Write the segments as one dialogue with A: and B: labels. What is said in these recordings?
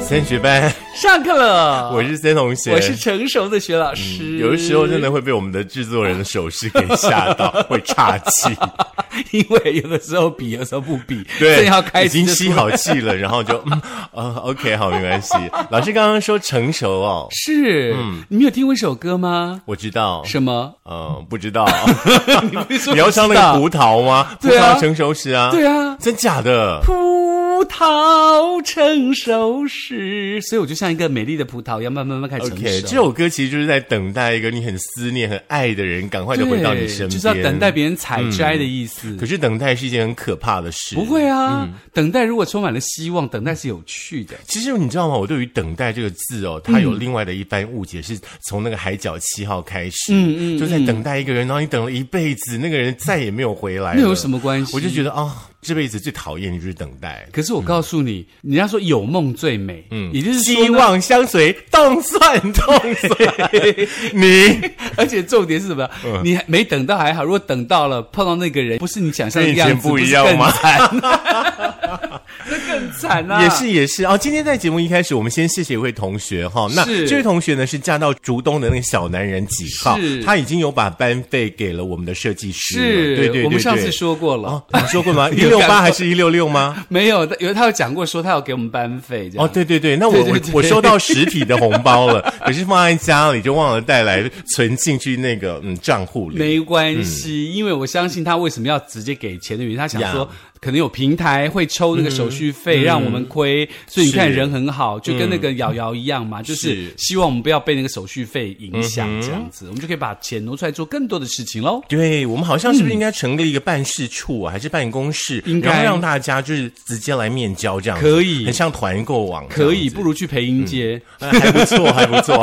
A: 三学 班，
B: 上课了，
A: 我是森同学，
B: 我是成熟的学老师。
A: 有的时候真的会被我们的制作人的手势给吓到，会岔 气。
B: 因为有的时候比，有时候不比，
A: 对，
B: 正要开
A: 已
B: 始
A: 经
B: 就
A: 吸
B: 出
A: 好气了，然后就 嗯啊，OK，好，没关系。老师刚刚说成熟哦，
B: 是，你没有听过一首歌吗？
A: 我知道，
B: 什么？
A: 嗯，不知道。
B: 你不是说
A: 你要唱那个葡萄吗？葡
B: 对啊
A: 萄成熟时啊，
B: 对啊
A: 真假 的？
B: 葡萄成熟时，所以我就像一个美丽的葡萄一样，慢慢慢慢开始成
A: OK，
B: 熟。
A: 这首歌其实就是在等待一个你很思念、很爱的人，赶快就回到你身边。嗯
B: 对就是要等待别人采摘的意思。
A: 可是嗯等待是一件很可怕的事。
B: 不会啊，等待如果充满了希望，等待是有趣的。
A: 其实你知道吗？我对于“等待”这个字哦，它有
B: 嗯
A: 另外的一番误解，是从那个海角七号开始，嗯嗯，就在等待一个人，然后你等了一辈子，那个人再也没有回来了，
B: 那有什么关系
A: 我就觉得啊、这辈子最讨厌的就是等待。
B: 可是我告诉你，人家说有梦最美，嗯，也就是说
A: 嗯希
B: 呢，
A: 望相随，动算动算。你
B: 而且重点是什么？
A: 嗯
B: 你还没等到还好，如果等到了，碰到那个人不是你想象的
A: 跟以前
B: 样子，
A: 不一
B: 是
A: 样
B: 更
A: 吗
B: 惨那更惨 啊！
A: 也是也是哦。今天在节目一开始，我们先谢谢一位同学哈、那
B: 是
A: 这位同学呢是嫁到竹东的那个小男人几号
B: 是，
A: 他已经有把班费给了我们的设计师
B: 是，
A: 了。对对对
B: 我们上次
A: 对
B: 说过了。
A: 哦，你说过吗？一
B: 有
A: 六
B: 看
A: 八
B: 过
A: 还是一六六吗？
B: 没有，有他有讲过说他要给我们班费这样。
A: 哦，对对对，那我
B: 对对对
A: 我我收到实体的红包了，可是放在家里就忘了带来存进去那个嗯账户里。
B: 没关系，因为我相信他为什么要直接给钱的原因，他想
A: 嗯呀嗯
B: 说可能有平台会抽那个手续费让我们亏，所以你看
A: 是嗯
B: 人很好，就跟那个瑶瑶一样嘛，就是
A: 是嗯
B: 希望我们不要被那个手续费影响，这样子我们就可以把钱挪出来做更多的事情喽。
A: 对我们好像是不是应该成立一个办事处啊，还是办公室，
B: 应该
A: 然后让大家就是直接来面交这样子，
B: 可以
A: 很像团购网这样
B: 可
A: 子，
B: 以，不如去培英街。
A: 呃还不错， 还不错。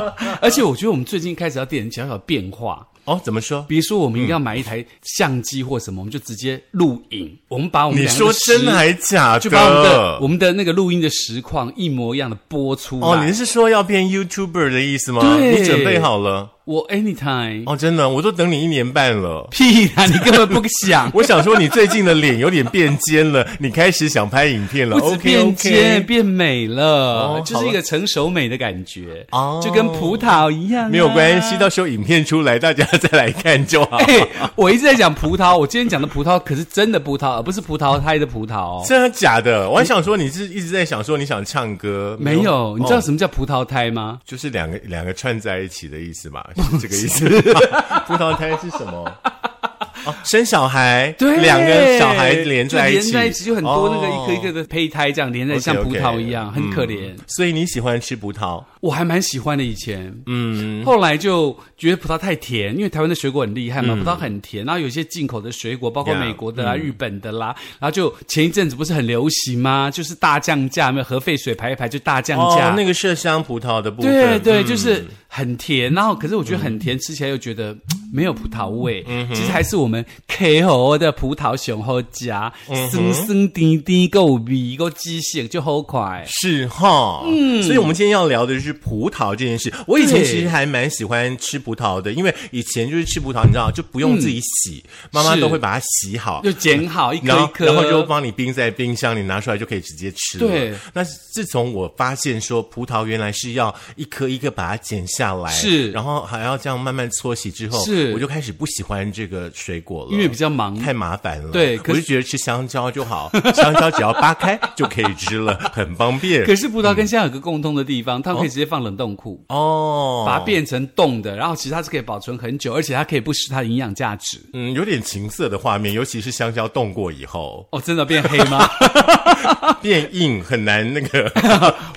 B: 而且我觉得我们最近开始要点小小变化，
A: 哦，怎么说？
B: 比如说我们一定要买一台相机或什么，我们就直接录影，我们把我们
A: 你
B: 两个
A: 说
B: 的
A: 真
B: 实
A: 的还假的？
B: 就把我们的我们的那个录音的实况一模一样的播出来。
A: 哦，你是说要变 YouTuber 的意思吗？
B: 对
A: 你准备好了？
B: 我 anytime，、
A: 哦，真的，我都等你一年半了。，
B: 屁啦，你根本不想
A: 我想说，你最近的脸有点变尖了，你开始想拍影片了。
B: 不止
A: OK
B: 变尖
A: OK，
B: 变美了，
A: 哦
B: 就是一个成熟美的感觉，
A: 哦
B: 就跟葡萄一样、啊
A: 没有关系，。到时候影片出来，大家再来看就好。
B: 哎、我一直在讲葡萄，我今天讲的葡萄可是真的葡萄，而不是葡萄胎的葡萄 哦。
A: 真的假的？我还想说，你是一直在想说你想唱歌，
B: 没有，你知道
A: 哦
B: 什么叫葡萄胎吗？
A: 就是两个两个串在一起的意 思嘛，是这个意思吧。 葡萄胎是什么？哦，生小孩，
B: 对，
A: 两个小孩连在一
B: 就
A: 起，
B: 连在一起就很多那个一个一
A: 个。
B: 个的胚胎这样连在，
A: OK，嗯
B: 像葡萄
A: OK，
B: 一样，很可怜。
A: 所以你喜欢吃葡萄？
B: 我还蛮喜欢的，以前，嗯，后来就觉得葡萄太甜，因为台湾的水果很厉害嘛，葡萄很甜，然后有一些进口的水果，包
A: 嗯
B: 括
A: Yeah，嗯
B: 美国的啦、日本的啦，然后就前一阵子不是很流行吗？就是大降价，有没有核废水排一排就大降价，
A: 哦，那个麝香葡萄的部分，
B: 对对，
A: 嗯
B: 就是很甜，然后可是我觉得很甜，吃起来又觉得嘖没有葡萄味，
A: 嗯
B: 其实还是我们 KO 的葡萄熊好夹，
A: 嗯
B: 酸酸甜甜够味够鸡血就好快。
A: 是哈，嗯，所以我们今天要聊的就是葡萄这件事。我以前其实还蛮喜欢吃葡萄的，因为以前就是吃葡萄，你知道就不用自己洗，妈妈
B: 是
A: 都会把它洗好
B: 嗯就。剪好一颗
A: 然
B: 一
A: 后，
B: 颗，
A: 然后就帮你冰在冰箱里，拿出来就可以直接吃了。
B: 对，
A: 那自从我发现说葡萄原来是要一颗一颗把它剪下来，
B: 是
A: 然后还要这样慢慢搓洗之后，
B: 是
A: 我就开始不喜欢这个水果了，
B: 因为比较忙。
A: 太麻烦了。
B: 对
A: 我
B: 可是
A: 就觉得吃香蕉就好，香蕉只要扒开就可以吃了，很方便。
B: 可是葡萄跟香有个共通的地方，它们可以直接放冷冻库，
A: 哦，
B: 把它变成冻的，然后其实它是可以保存很久，而且它可以不失它的营养价值。
A: 嗯，有点情色的画面，尤其是香蕉冻过以后
B: 哦，真的变黑吗？
A: 变硬，很难那个。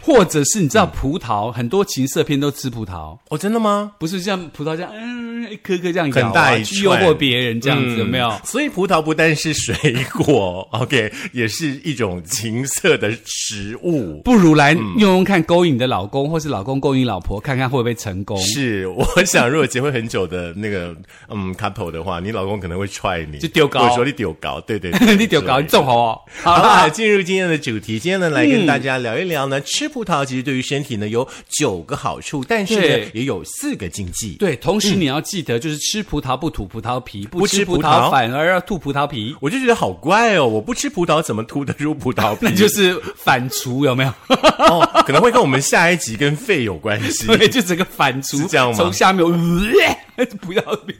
B: 或者是你知道葡萄很多情色片都吃葡萄，
A: 哦，真的吗？
B: 不是像葡萄这样嗯一颗颗这样咬、啊，
A: 很大一
B: 去诱
A: 串
B: 惑别人这样子、有没有
A: 嗯？所以葡萄不但是水果 ，OK，也是一种情色的食物。嗯
B: 不如来用用看勾引你的老公或是老公勾引老婆，看看会不会成功。
A: 是，我想如果结婚很久的那个嗯 couple 的话，你老公可能会踹你，
B: 就丢高
A: 或者说你丢高，对 对对
B: 你丢搞，你
A: 之类的
B: 纵好哦。 好
A: 好
B: 啦
A: 啦，，进入今天的主题，今天呢来跟大家聊一聊呢，吃葡萄其实对于身体呢有九个好处，但是呢
B: 对
A: 也有四个禁忌。
B: 对，同时你要记得，就是吃葡萄不吐葡萄皮，不
A: 嗯不
B: 吃
A: 吃
B: 葡
A: 葡
B: 萄
A: 萄
B: 反而要吐葡萄皮，
A: 我就觉得好怪哦，我不吃葡萄怎么吐得入葡萄皮？
B: 那 就是反刍，有没有？
A: 哦，可能会跟我们下一集跟肺有关系。
B: 对，就整个反刍，
A: 是这样吗
B: 从下面 我不要皮。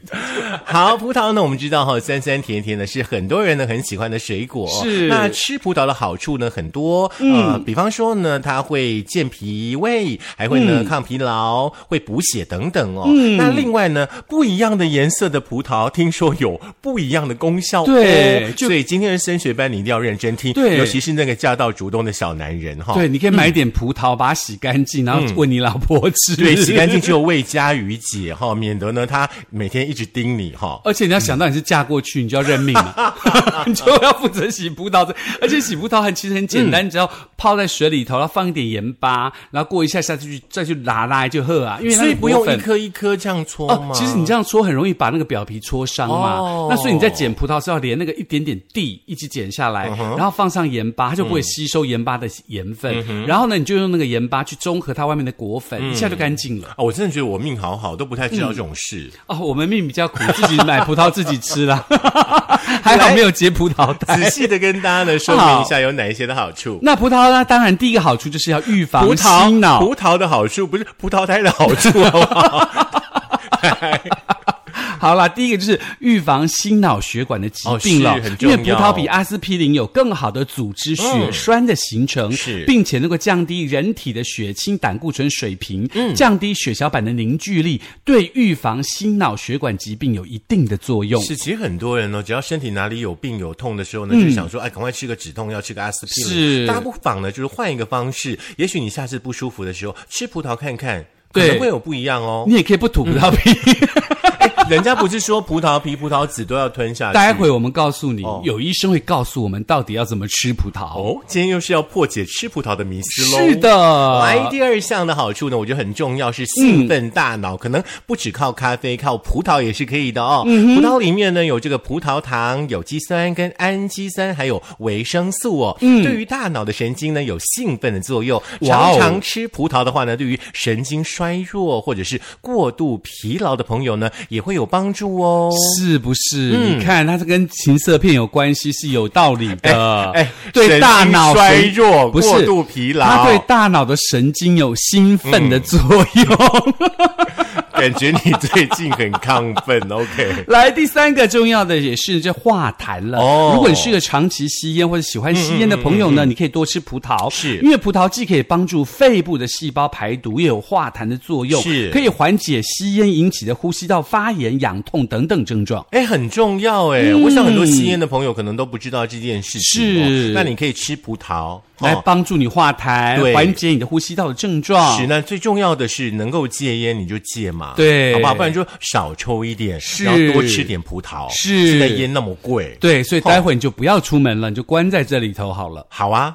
A: 好，葡萄呢，我们知道哈、酸酸甜甜的是很多人呢很喜欢的水果。
B: 是
A: 那吃葡萄的好处呢很多，嗯、呃，比方说呢，它会健脾胃，还会
B: 嗯
A: 呢、抗疲劳，会补血等等哦。那另外呢，不一样的颜色的葡萄，听说有不一样的功效哦。
B: 对就
A: 所以今天的升学班你一定要认真听，
B: 对
A: 尤其是那个嫁到竹东的小男人哈、
B: 对，你可以买一点葡萄，把它洗干净，然后喂你老婆吃。
A: 嗯 对，洗干净之后为家于解哈，免得呢他每天一直盯你哈。
B: 而且你要想到你是嫁过去，你就要认命嘛，
A: 嗯
B: 你就要负责洗葡萄。而且洗葡萄很其实很简单，你只要泡在水里头，然后放一点盐巴，然后过一下下去再去拉拉就喝啊，因为它
A: 所以
B: 是
A: 不用
B: 果
A: 一
B: 粉。
A: 颗一颗这样搓
B: 哦
A: 吗？，
B: 其实你这样搓很容易把那个表皮搓伤嘛。
A: 哦
B: 那所以你在剪葡萄的时候，连那个一点点地一起剪下
A: 嗯
B: 来，然后放上盐巴，它就不会吸收盐巴的盐分。
A: 嗯
B: 然后呢，你就用那个盐巴去中和它外面的果粉，一下就干净了。
A: 啊、我真的觉得我命好好，都不太知道这种事。
B: 哦，我们命比较苦，自己买葡萄自己 吃啦，还好没有结葡萄
A: 仔
B: 带。
A: 细的跟大家呢说明一下有哪一些的好处。
B: 那葡萄呢？当然，第一个 好处就是要预防
A: 葡
B: 心
A: 萄，
B: 脑。
A: 葡萄的好处不是葡萄胎的好处，好不好？
B: 好啦，第一个就是预防心脑血管的疾病了，
A: 哦是很
B: 因
A: 重
B: 为
A: 要
B: 葡萄比阿司匹林有更好的阻止血栓的形成，
A: 是
B: 并且能够降低人体的血清胆固醇水平，
A: 嗯
B: 降低血小板的凝聚力，对预防心脑血管疾病有一定的作用。
A: 是，其实很多人呢，只要身体哪里有病有痛的时候呢，就想说，哎，赶快吃个止痛药，吃个阿司匹林。
B: 嗯是
A: 大家不妨呢，就是换一个方式，也许你下次不舒服的时候吃葡萄看看，可
B: 对
A: 能会有不一样哦。
B: 你也可以不吐葡萄皮。
A: 人家不是说葡萄皮、葡萄籽都要吞下去？
B: 待会我们告诉你，
A: 哦
B: 有医生会告诉我们到底要怎么吃葡萄。
A: 哦，今天又是要破解吃葡萄的迷思喽。
B: 是的，
A: 来，第二项的好处呢，我觉得很重要，是兴奋大
B: 嗯
A: 脑。可能不只靠咖啡，靠葡萄也是可以的哦。
B: 嗯
A: 葡萄里面呢有这个葡萄糖、有机酸跟氨基酸，还有维生素哦。对于大脑的神经呢有兴奋的作用。
B: 嗯哇哦
A: 常常吃葡萄的话呢，对于神经衰弱或者是过度疲劳的朋友呢，也会有帮助哦。嗯
B: 是不是？你看，它是跟情色片有关系，是有道理的。
A: 哎哎
B: 对大脑
A: 神
B: 神
A: 经衰弱
B: 不是
A: 过度疲劳嗯
B: 它对大脑的神经有兴奋的作用。
A: 感觉你最近很亢奋 ，OK？
B: 来，第三个重要的也是这化痰了。
A: 哦嗯
B: 如果你是个长期吸烟或者喜欢吸烟的朋友呢，你可以多吃葡萄，
A: 是
B: 因为葡萄既可以帮助肺部的细胞排毒，也有化痰的作用，
A: 是
B: 可以缓解吸烟引起的呼吸道发炎、痒痛等等症状。
A: 哎，很重要哎！
B: 嗯
A: 我想很多吸烟的朋友可能都不知道这件事情、哦。
B: 是
A: 那你可以吃葡萄
B: 来
A: 哦
B: 帮助你化痰，
A: 对
B: 缓解你的呼吸道的症状。
A: 哦是，那最重要的是能够戒烟你就戒嘛，
B: 对
A: 好不好？不然就少抽一点，
B: 是
A: 然后多吃点葡萄。
B: 是
A: 现在烟那么贵，
B: 对，所以待会你就不要出门了，你就关在这里头好了。
A: 好 啊。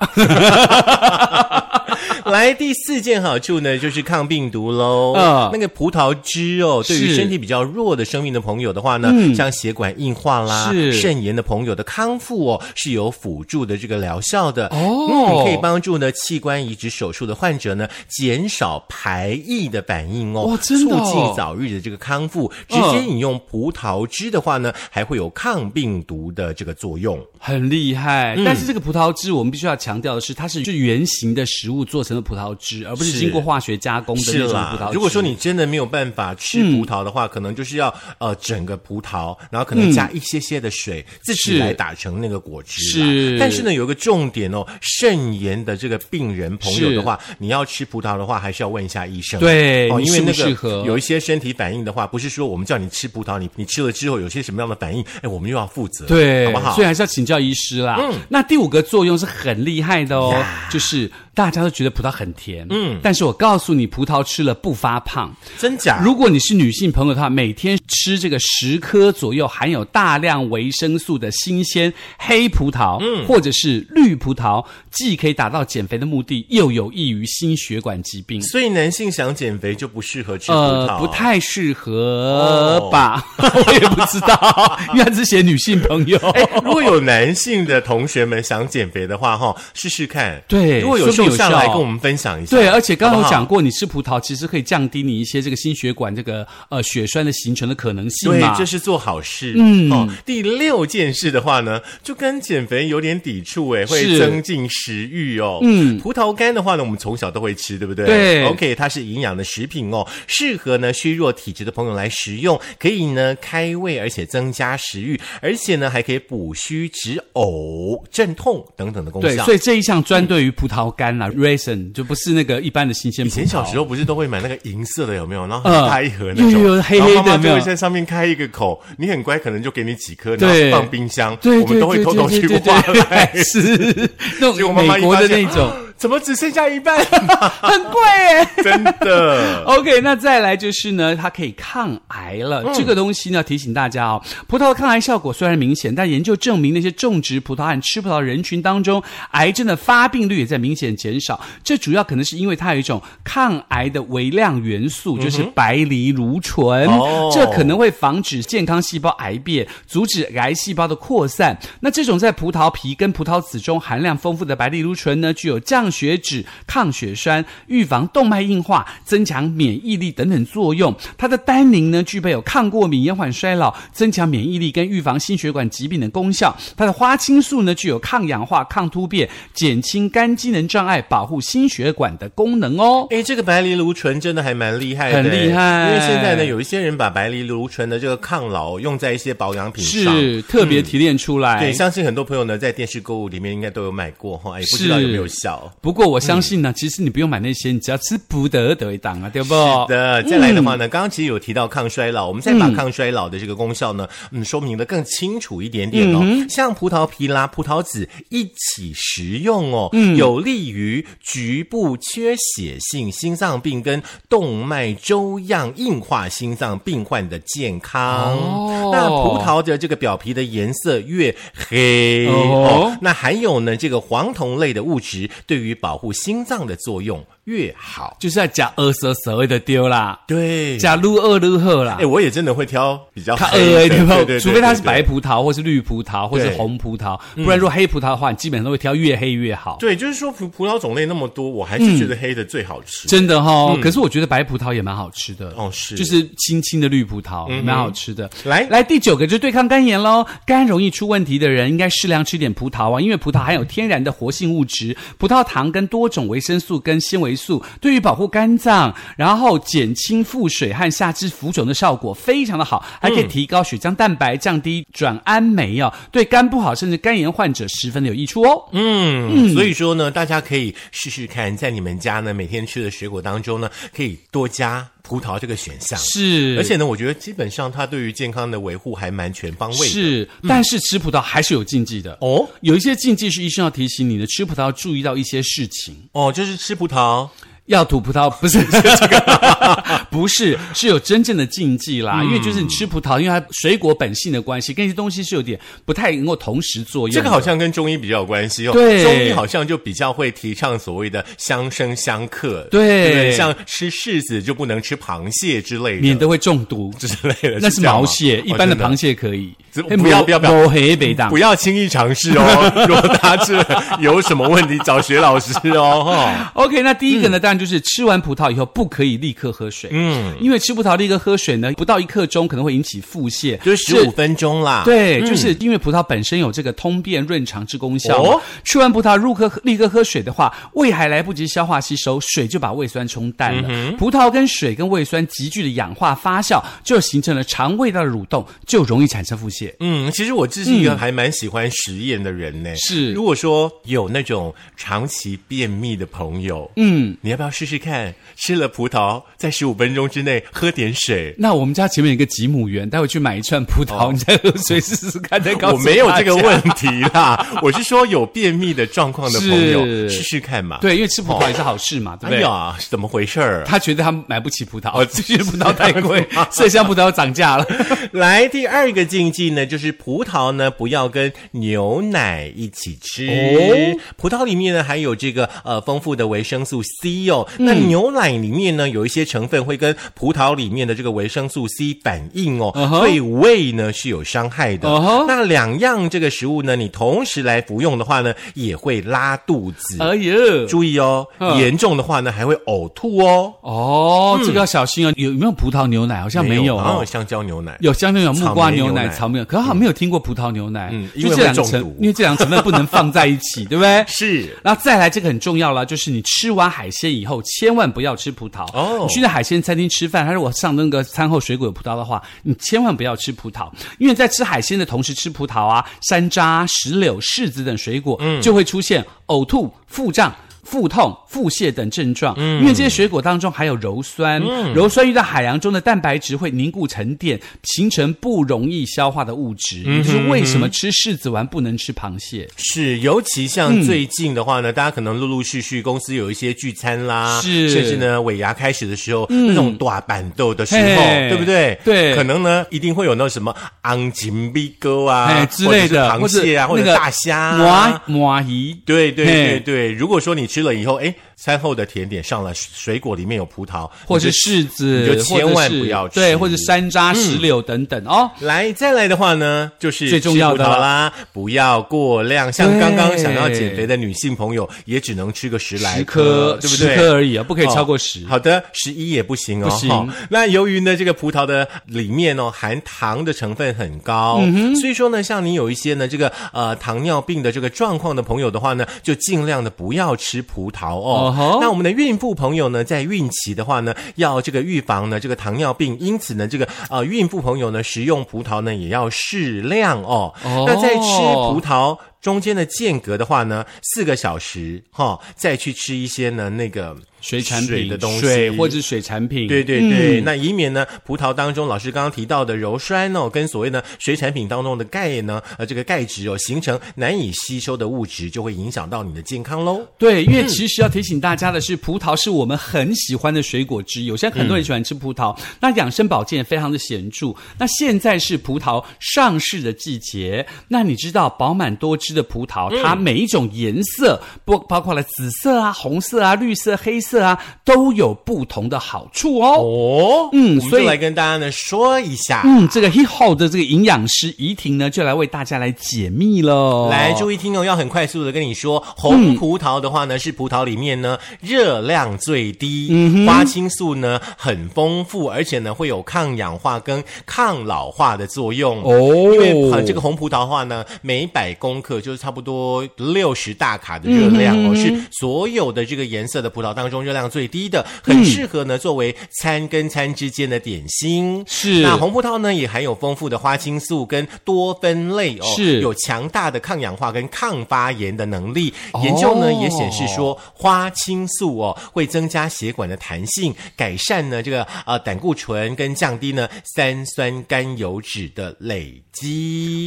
A: 来，第四件好处呢，就是抗病毒喽。
B: 嗯
A: 那个葡萄汁哦，对于
B: 是嗯
A: 身体比较弱的生命的朋友的话呢，像血管硬化啦、
B: 是
A: 肾炎的朋友的康复哦，是有辅助的这个疗效的
B: 哦
A: 嗯，可以帮助呢器官移植手术的患者呢，减少排异的反应哦，
B: 哇真的哦嗯
A: 促进早日的这个康复。直接饮用葡萄汁的话呢，还会有抗病毒的这个作用。
B: 很厉害，
A: 嗯
B: 但是这个葡萄汁我们必须要强调的是，它是是原型的食物做成的葡萄汁，而不是
A: 是
B: 经过化学加工的
A: 是
B: 那种
A: 啦
B: 葡萄汁。嗯
A: 如果说你真的没有办法吃葡萄的话，可能就是要呃整个葡萄，然后可能加一些些的水，自己
B: 是
A: 来打成那个果汁啦。
B: 嗯是
A: 但是呢，有一个重点哦，肾炎的这个病人朋友的话，你要吃葡萄的话，还是要问一下医生。
B: 对
A: 哦，
B: 你
A: 因为
B: 适不
A: 那
B: 适合
A: 个有一些身体反应的话，不是说我们叫你吃葡萄，你你吃了之后有些什么样的反应，哎，我们又要负责，
B: 对，
A: 好不好嗯
B: 所以？还是要请教医师啦。那第五个作用是很厉害的哦，就是大家都觉得葡萄很甜，嗯，但是我告诉你，葡萄吃了不发胖。
A: 真假？
B: 如果你是女性朋友的话，每天吃这个十颗左右含有大量维生素的新鲜黑葡萄，嗯，或者是绿葡萄，既可以达到减肥的目的，又有益于心血管疾病。
A: 所以男性想减肥就不适合吃葡萄，哦
B: 呃，不太适合吧？ 我也不知道， 因为他只写女性朋友。
A: 哎。 如果有男性的同学们想减肥的话，哈，试试看。
B: 对
A: 如果有
B: 说
A: 瘦
B: 不定有
A: 下
B: 效
A: 来跟我们分享一下。
B: 对，而且刚
A: 好
B: 刚
A: 哎不
B: 有
A: 好
B: 讲过，你吃葡萄其实可以降低你一些这个心血管这个呃血栓的形成的可能性嘛。
A: 对，这是做好事。嗯，哦，第六件事的话呢，就跟减肥有点抵触诶，会
B: 是
A: 增进食欲哦。嗯，葡萄干的话呢，我们从小都会吃，对不对？
B: 对
A: ，OK，它是营养的食品哦，适合呢虚弱体质的朋友来食用，可以呢开胃，而且增加食欲，而且呢还可以补虚止呕、镇痛等等的功
B: 对，
A: 效
B: 所。以这一项专对于葡萄干啦、r a i s i n 就不是那个一般的新鲜
A: 以
B: 葡萄。
A: 前小时
B: 候，
A: 候不是都会买那个银色的，有没有？然后很
B: 嗯
A: 大一盒那种，
B: 有有有黑黑的
A: 然后妈妈就
B: 有没
A: 会
B: 有
A: 在上面开一个口，你很乖，可能就给你几颗，然后
B: 对
A: 放冰箱。
B: 对
A: 我们
B: 对
A: 都会
B: 对
A: 偷
B: 对
A: 偷
B: 对
A: 去
B: 对
A: 挖来。
B: 对，是那
A: 结果
B: 种
A: 妈妈
B: 美
A: 一
B: 国
A: 发
B: 的
A: 现
B: 那 种，
A: 啊怎么只剩下一半？
B: 很贵耶。
A: 真的，
B: OK，那再来就是呢，它可以抗癌了。
A: 嗯
B: 这个东西呢，提醒大家哦，葡萄的抗癌效果虽然明显，但研究证明那些种植葡萄和吃葡萄的人群当中，癌症的发病率也在明显减少。这主要可能是因为它有一种抗癌的微量元素，就是白藜芦醇，
A: 嗯哦
B: 这可能会防止健康细胞癌变，阻止癌细胞的扩散。那这种在葡萄皮跟葡萄籽中含量丰富的白藜芦醇呢，具有降血脂、抗血栓、预防动脉硬化、增强免疫力等等作用。它的单宁呢，具备有抗过敏、延缓衰老、增强免疫力跟预防心血管疾病的功效。它的花青素呢，具有抗氧化、抗突变、减轻肝机能障碍、保护心血管的功能哦。
A: 哎，这个白藜芦醇真的还蛮厉害的，
B: 很厉害
A: 因为现在呢，有一些人把白藜芦醇的这个抗老用在一些保养品上，
B: 是特别提炼出来，
A: 对，相信很多朋友呢在电视购物里面应该都有买过哈，哎，不知道有没有效。
B: 不过我相信呢，其实你不用买那些，你只要吃补得得一档啊，对不？
A: 是的，再来的话
B: 嗯
A: 呢，刚刚其实有提到抗衰老，我们再把抗衰老的这个功效呢，嗯，说明的更清楚一点点哦。
B: 嗯
A: 像葡萄皮啦、葡萄籽一起食用哦，
B: 嗯
A: 有利于局部缺血性心脏病跟动脉粥样硬化心脏病患的健康。
B: 哦
A: 那葡萄的这个表皮的颜色越黑
B: 哦
A: 哦，那还有呢，这个黄酮类的物质对于保护心脏的作用越好。
B: 就是要加二蛇蛇的丢啦，
A: 对，
B: 加入二入赫啦
A: 哎、。我也真的会挑比较
B: 它
A: 黑的，
B: 二
A: 对
B: 对
A: 对
B: 不
A: 对，？
B: 除非它是
A: 对
B: 白。葡萄，或是绿葡萄，或是
A: 对嗯
B: 红葡萄，不然如果黑葡萄的话，你基本上都会挑越黑越好。
A: 对，就是说葡葡萄种类那么多，我还是觉得黑的最好吃。
B: 真的哈、哦可是我觉得白葡萄也蛮好吃的
A: 哦是嗯
B: 就是青青的绿葡萄，蛮好吃的。
A: 来
B: 来，第九个就是对抗肝炎喽。肝容易出问题的人，应该适量吃点葡萄啊，因为葡萄含有天然的活性物质、葡萄糖跟多种维生素跟纤维素，对于保护肝脏，然后减轻腹水和下肢浮肿的效果非常的好，还
A: 嗯
B: 可以提高血浆蛋白，降低转氨酶哦，对肝不好甚至肝炎患者十分的有益处哦。
A: 嗯，所以说呢，大家可以试试看，在你们家呢每天吃的水果当中呢，可以多加葡萄这个选项。
B: 是，
A: 而且呢，我觉得基本上它对于健康的维护还蛮全方位的。嗯
B: 是，但是吃葡萄还是有禁忌的。
A: 哦
B: 有一些禁忌是医生要提醒你的，吃葡萄要注意到一些事情，
A: 哦，就是吃葡萄
B: 要吐葡萄不是 是这个， 不是是有真正的禁忌啦，
A: 嗯
B: 因为就是你吃葡萄，因为它水果本性的关系，跟一些东西是有点不太能够同时作用的。
A: 这个好像跟中医比较有关系哦。
B: 对
A: 中医好像就比较会提倡所谓的相生相克。
B: 对
A: 不像吃柿子就不能吃螃蟹之类的，
B: 免得会中毒。
A: 之类的。
B: 那是
A: 这样吗
B: 毛蟹，一
A: 哦
B: 般的
A: 真
B: 螃蟹啊可以。
A: 这
B: 嘿
A: 不要
B: 抹
A: 不要不要
B: 抹黑北大
A: 不要轻易尝试哦。 如果大家吃了有什么问题，找薛老师 哦。哈
B: OK，那第一
A: 嗯
B: 个呢，当然就是吃完葡萄以后不可以立刻喝水，嗯，因为吃葡萄立刻喝水呢，不到一刻钟可能会引起腹泻，
A: 就是十五分钟啦。
B: 对，就是因为葡萄本身有这个通便润肠之功效嘛。
A: 嗯哦
B: 吃完葡萄入刻立刻喝水的话，胃还来不及消化吸收，水就把胃酸冲淡了。
A: 嗯
B: 葡萄跟水跟胃酸急剧的氧化发酵，就形成了肠胃道的蠕动，就容易产生腹泻。
A: 嗯，其实我这是一个还蛮喜欢实验的人呢。
B: 是
A: 如果说有那种长期便秘的朋友，嗯，你要不要要试试看？吃了葡萄，在十五分钟之内喝点水。
B: 那我们家前面有一个吉姆园，待会去买一串葡萄，你再喝水试试看，再 告诉
A: 哦 我没有
B: 大
A: 这个
B: 家
A: 问题啦，我是说有便秘的状况的朋友
B: 是
A: 试试看嘛。，
B: 对，因为吃葡萄也是好事嘛，对不
A: 哎
B: 对？
A: 呀，是怎么回事儿？
B: 他觉得他买不起葡萄，
A: 哦
B: 这些葡萄太
A: 这
B: 贵
A: 样子吗，
B: 麝香葡萄要 涨价了。
A: 来，第二个禁忌呢，就是葡萄呢不要跟牛奶一起吃。
B: 哦
A: 葡萄里面呢含有这个呃丰富的维生素 C 哦，
B: 嗯
A: 那牛奶里面呢有一些成分会跟葡萄里面的这个维生素 C 反应哦
B: 嗯哼
A: 对胃呢是有伤害的。
B: 嗯哼
A: 那两样这个食物呢，你同时来服用的话呢，也会拉肚子。
B: 哎呦，
A: 注意哦，
B: 嗯
A: 严重的话呢还会呕吐哦。
B: 哦，这个要小
A: 嗯
B: 心哦。有有没有葡萄牛奶？好像没有
A: 然后
B: 哦。
A: 香蕉牛奶。
B: 有香蕉有木瓜牛
A: 草莓牛
B: 奶、
A: 奶
B: 草莓，可好像没有听过葡萄牛奶，
A: 嗯
B: 就
A: 因为
B: 这两
A: 会
B: 个
A: 中
B: 成
A: 毒，
B: 因为这两个成分不能放在一起，对不对？
A: 是，
B: 然后再来这个很重要了，就是你吃完海鲜以后，千万不要吃葡萄。
A: 哦
B: 你去那海鲜餐厅吃饭，他如果上那个餐后水果有葡萄的话，你千万不要吃葡萄，啊因为在吃海鲜的同时吃葡萄啊、山楂啊、石榴、柿子等水果，就会出现呕吐、腹胀。腹痛、腹泻等症状，因为这些水果当中含有鞣酸，鞣酸遇到海洋中的蛋白质会凝固沉淀，形成不容易消化的物质。也就是为什么吃柿子丸不能吃螃蟹。
A: 是，尤其
B: 嗯
A: 像最近的话呢，大家可能陆陆续续公司有一些聚餐啦，
B: 是嗯
A: 甚至呢尾牙开始的时候、那种短板豆的时候，
B: 嘿
A: 对不对？
B: 对
A: 可能呢一定会有那种什么昂金币哥啊
B: 哎之类的，
A: 或者是螃蟹啊，或者
B: 那个
A: 大虾
B: 麻
A: 啊。
B: 麻鱼。
A: 对对对
B: 嘿
A: 对，如果说你吃了以后，哎，餐后的甜点上了水果里面有葡萄，
B: 或
A: 你
B: 是
A: 就
B: 柿子，
A: 你就千万
B: 或者是
A: 不要吃嗯
B: 对，或者山楂、石榴等等哦。
A: 来，再来的话呢，就是
B: 最重要
A: 吃
B: 的
A: 葡萄啦，不要过量。像
B: 对
A: 刚刚想要减肥的女性朋友，也只能吃个十来
B: 十颗，
A: 对不对？
B: 十颗而已啊，不可以超过十。
A: 哦好的，十一也不行哦。
B: 不行
A: 哈那由于呢，这个葡萄的里面哦含糖的成分很高，
B: 嗯
A: 所以说呢，像你有一些呢这个呃糖尿病的这个状况的朋友的话呢，就尽量的不要吃葡萄哦。
B: 哦吼
A: 那我们的孕妇朋友呢，在孕期的话呢，要这个预防呢这个糖尿病，因此呢，这个呃孕妇朋友呢食用葡萄呢也要适量哦。
B: 哦
A: 那在吃葡萄。中间的间隔的话呢，四个小时哈、再去吃一些呢那个
B: 水产
A: 水
B: 品
A: 的东西，
B: 水或者是水产品，嗯
A: 对对对，那以免呢，葡萄当中老师刚刚提到的鞣酸哦，跟所谓的水产品当中的钙呢，呃，这个钙质哦，形成难以吸收的物质，就会影响到你的健康喽。
B: 对，因为
A: 嗯
B: 其实要提醒大家的是，葡萄是我们很喜欢的水果之一。有些很多人喜欢吃葡萄，那养生保健非常的显著。那现在是葡萄上市的季节，那你知道饱满多汁的葡萄，
A: 嗯
B: 它每一种颜色，不包括了紫色啊、红色啊、绿色、黑色啊，都有不同的好处哦
A: 哦，
B: 嗯
A: 我们
B: 所以
A: 就来跟大家呢说一下。
B: 嗯，这个 h i h o 的这个营养师怡婷呢，就来为大家来解密喽。
A: 来，
B: 注
A: 注意听哦，要很快速的跟你说，
B: 嗯
A: 红葡萄的话呢，是葡萄里面呢热量最低，
B: 嗯
A: 花青素呢很丰富，而且呢会有抗氧化跟抗老化的作用。
B: 哦
A: 因为、呃、这个红葡萄的话呢，每百公克就是差不多六十大卡的热量
B: 嗯
A: 哦，是所有的这个颜色的葡萄当中热量最低的，很适合呢作为餐跟餐之间的点心。
B: 是
A: 那红葡萄呢也含有丰富的花青素跟多酚类哦，
B: 是
A: 有强大的抗氧化跟抗发炎的能力。研究呢
B: 哦
A: 也显示说，花青素哦会增加血管的弹性，改善呢这个呃胆固醇跟降低呢三酸甘油脂的累积。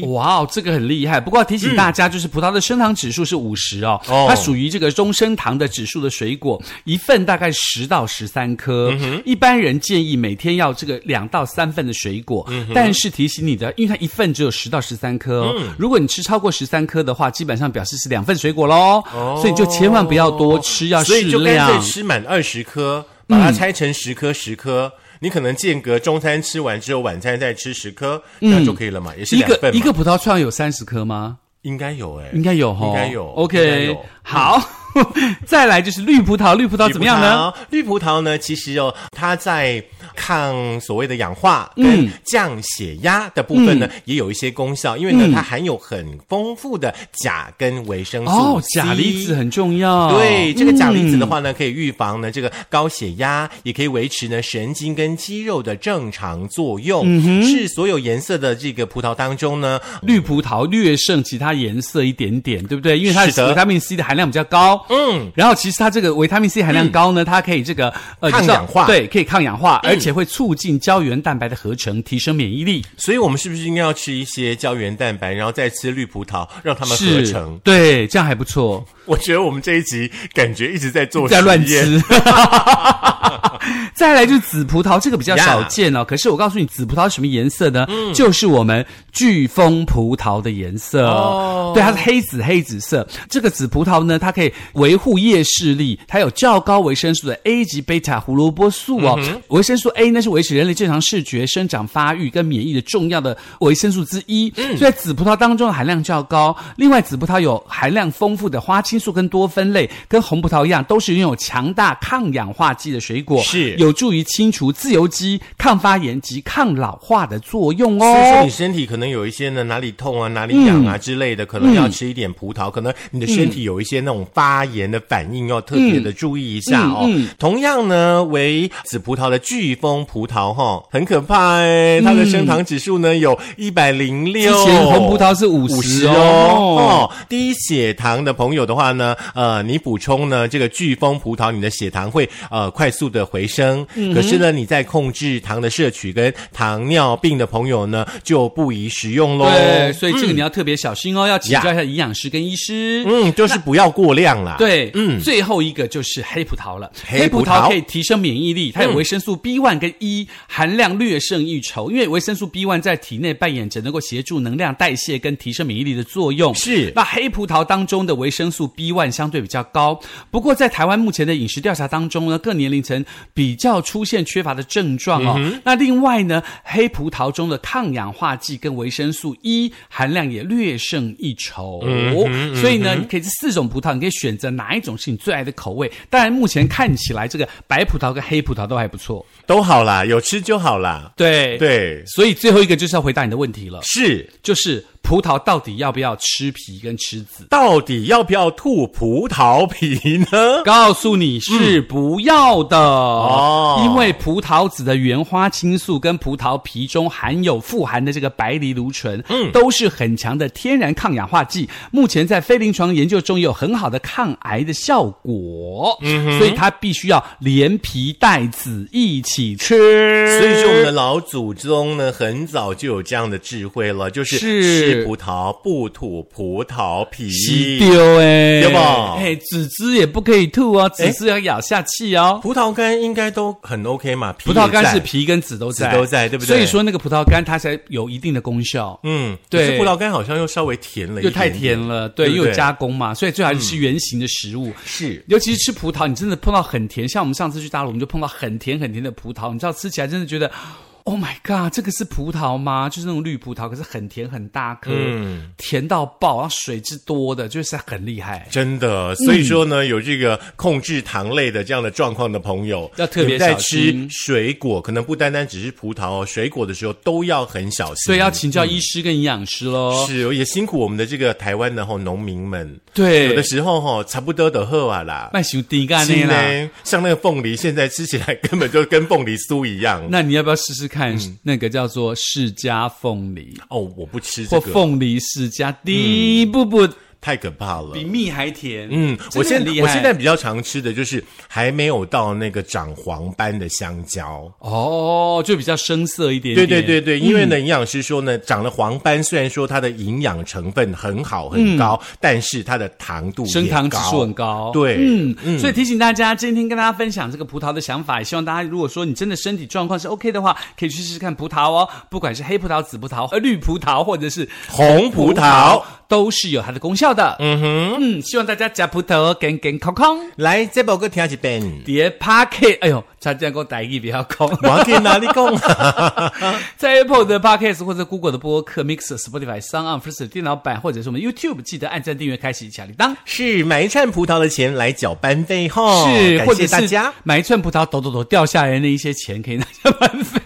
B: 哇哦，这个很厉害。不过要提醒大家，就是葡萄的升糖指数是五十哦，
A: 哦
B: 它属于这个中升糖的指数的水果，一份大概十到十三颗。
A: 嗯
B: 一般人建议每天要这个两到三份的水果，
A: 嗯
B: 但是提醒你的，因为它一份只有十到十三颗哦。
A: 嗯
B: 如果你吃超过十三颗的话，基本上表示是两份水果喽，所以你就千万不要多吃，要
A: 哦所
B: 适
A: 以就干脆
B: 量。
A: 吃满二十颗，把它拆成十颗十颗。你可能间隔中餐吃完之后，晚餐再吃十颗，那就可以了嘛，也是
B: 嗯一
A: 两
B: 个
A: 份嘛。
B: 一个葡萄串有三十颗吗？
A: 应该有哎、
B: 应该有哈，
A: 应该有应该
B: OK，
A: 有
B: 好， 再来就是绿葡萄，绿葡萄怎么样呢？
A: 绿葡萄？绿葡萄呢，其实哦，它在抗所谓的氧化
B: 嗯
A: 跟降血压的部分呢，也有一些功效，因为呢，
B: 嗯
A: 它含有很丰富的钾跟维生素
B: 哦，
A: C
B: 钾离子。很哦重要。
A: 对，这个钾离子的话呢，可以预防呢这个高血压，也可以维持呢神经跟肌肉的正常作用，
B: 嗯
A: 是所有颜色的这个葡萄当中呢，
B: 绿葡萄略胜其他颜色一点点，对不对？因为它
A: 是的
B: 的维他命 C 的含量比较高，嗯，然后其实它这个维他命 C 含量高呢，它可以这个呃
A: 抗
B: 你知道
A: 氧化嗯
B: 对，可以抗氧化，而且会促进胶原蛋白的合成，提升免疫力。
A: 所以我们是不是应该要吃一些胶原蛋白，然后再吃绿葡萄，让它们合
B: 是
A: 成？，
B: 对，这样还不错。
A: 我觉得我们这一集感觉一直在做
B: 在乱
A: 实验。
B: 吃。 再来就是紫葡萄，这个比较
A: 呀
B: 少 见哦。可是我告诉你，紫葡萄是什么颜色呢？
A: 嗯
B: 就是我们飓风葡萄的颜色。
A: 哦
B: 对，它是黑紫黑紫色。这个紫葡萄呢，它可以维护夜视力，它有较高维生素的 A 级贝塔胡萝卜素哦。维生素 A 呢是维持人类正常视觉、生长发育跟免疫的重要的维生素之一。所以在紫葡萄当中的含量较高。另外，紫葡萄有含量丰富的花青素跟多酚类，跟红葡萄一样，都是拥有强大抗氧化剂的水果，
A: 是
B: 有助于清除自由基、抗发炎及抗老化的作用哦。
A: 所以说你身体可能有一些呢哪里痛啊、哪里痒啊之类的，可能要吃一点葡萄，可能你的身体有一些那种发炎的反应，要特别的注意一下哦。
B: 嗯
A: 同样呢，为紫葡萄的飓风葡萄哈、很可怕哎，它的升糖指数呢有一百零
B: 嗯之
A: 六，
B: 前红葡萄是五
A: 五十
B: 十
A: 哦
B: 哦。
A: 哦，低血糖的朋友的话呢，呃，你补充呢这个飓风葡萄，你的血糖会呃快速的回升。
B: 嗯
A: 可是呢，你在控制糖的摄取跟糖尿病的朋友呢，就不宜食用喽。
B: 对，所以这个你要特别小心哦，要请教一下营养师跟医师。
A: 嗯，就是不要过量啦。，
B: 对，嗯，最后一个就是黑葡萄了。
A: 黑葡萄嗯
B: 可以提升免疫力，它有维生素 B one 跟 E，、含量略胜一筹。因为维生素 B one 在体内扮演着能够协助能量代谢跟提升免疫力的作用。
A: 是
B: 那黑葡萄当中的维生素 B one 相对比较高，不过在台湾目前的饮食调查当中呢，各年龄层比较出现缺乏的症状哦。那另外呢，黑葡萄中的抗氧化剂跟维生素 E 含量也略胜一筹。所以呢，你可以这四种葡萄，你可以选择哪一种是你最爱的口味。当然，目前看起来这个白葡萄跟黑葡萄都还不错。
A: 都好啦，有吃就好啦。
B: 对，
A: 对，
B: 所以最后一个就是要回答你的问题了，
A: 是。
B: 就是葡萄到底要不要吃皮跟吃籽？
A: 到底要不要吐葡萄皮呢？
B: 告诉你是不要的、
A: 嗯哦
B: 因为葡萄籽的原花青素跟葡萄皮中含有富含的这个白藜芦醇，嗯，都是很强的天然抗氧化剂。目前在非临床研究中有很好的抗癌的效果，嗯，所以它必须要连皮带籽一起吃。
A: 所以说，我们的老祖宗呢，很早就有这样的智慧了，就是
B: 是
A: 吃葡萄不吐葡萄皮。
B: 吸丢哎，
A: 对吧
B: 哎，籽汁也不可以吐哦，籽汁要咬下气哦。
A: 葡萄干应该都很 OK 嘛，皮
B: 葡萄
A: 也
B: 干
A: 在
B: 是。皮跟籽都在，
A: 籽都在对不对
B: 所以说那个葡萄干它才有一定的功效。
A: 嗯，
B: 对
A: 可是葡萄干好像又稍微甜了一
B: 又
A: 点点，
B: 太甜了，对，
A: 对不嗯
B: 又有
A: 对
B: 加工嘛，所以最好是吃圆形的食物。
A: 是
B: 尤其是吃葡萄，你真的碰到很甜，像我们上次去大陆，我们就碰到很甜很甜的葡萄，你知道吃起来真的觉得，Oh my god，这个是葡萄吗？就是那种绿葡萄，可是很甜很大颗，
A: 嗯
B: 甜到爆，然后水是多的，就是很厉害。
A: 真
B: 嗯
A: 的。所以说呢，有这个控制糖类的这样的状况的朋友，
B: 要特别
A: 你们在
B: 小
A: 吃
B: 心
A: 水果，可能不单单只是葡萄哦，水果的时候都要很小心。
B: 所以要请教医师跟营养师喽。
A: 嗯是也辛苦我们的这个台湾的吼农民们，有的
B: 对，
A: 时候吼差不多的喝啊啦。
B: 卖熊丁干那
A: 是
B: 啦。
A: 呢，像那个凤梨，现在吃起来根本就跟凤梨酥一样。
B: 那你要不要试试看
A: 嗯
B: 那个叫做释迦凤梨
A: 哦，我不吃
B: 或
A: 这个，
B: 凤梨释迦？第一步步
A: 太可怕了
B: 比。蜜还甜。
A: 嗯，我现
B: 真的很厉害
A: 我现在比较常吃的就是还没有到那个长黄斑的香蕉。
B: 哦，就比较生涩一点
A: 对
B: 点。
A: 对对对，因为呢，营养师说呢，长了黄斑虽然说它的营养成分很好很高，但是它的糖度也
B: 嗯升糖指数很
A: 高。
B: 高。。
A: 对，
B: 嗯，所以提醒大家，今天跟大家分享这个葡萄的想法，也希望大家如果说你真的身体状况是 OK 的话，可以去试试看葡萄哦，不管是黑葡萄、紫葡萄、呃绿葡萄，或者是
A: 红葡萄，
B: 都是有它的功效的。嗯哼，嗯，希望大家吃葡萄健健康康。
A: 来这首歌听一遍。
B: 碟 Pocket，哎呦，差点我台语比较高。
A: 我跟哪里讲？
B: 在 Apple 的 Podcast 或者 Google 的播客 Mixer、Spotify、s o n On、First 电脑版，或者是我们 YouTube，记得按赞、订阅、开启小铃铛。
A: 是买一串葡萄的钱来缴班费哈。
B: 是，
A: 哦感
B: 或
A: 谢
B: 者
A: 大
B: 是
A: 家。
B: 买一串葡萄，抖抖抖掉下来的那一些钱可以拿下班 费。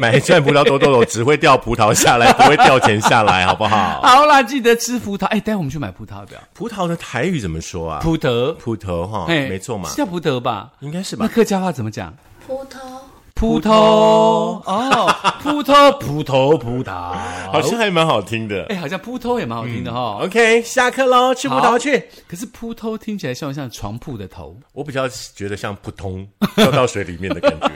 A: 买一串葡萄抖抖抖，只会掉葡萄下来，不会掉钱下来，好不 好？
B: 好啦，记得吃葡萄。哎，待会我们去买葡萄要不要？
A: 葡萄的台语怎么说啊？
B: 葡萄，
A: 葡萄哈，
B: 哎，
A: 没错嘛
B: 是，叫葡萄吧？
A: 应该是
B: 那
A: 吧？
B: 客家话怎么讲？
C: 葡萄。
B: 葡萄
A: 萄
B: 哦， 葡萄葡萄葡萄，
A: 好像还蛮好听的。
B: 哎、好像葡萄也蛮好听的哈、哦
A: OK，下课喽，吃葡萄去。
B: 可是葡萄听起来像不像床铺的头？
A: 我比较觉得像扑通掉到水里面的感觉。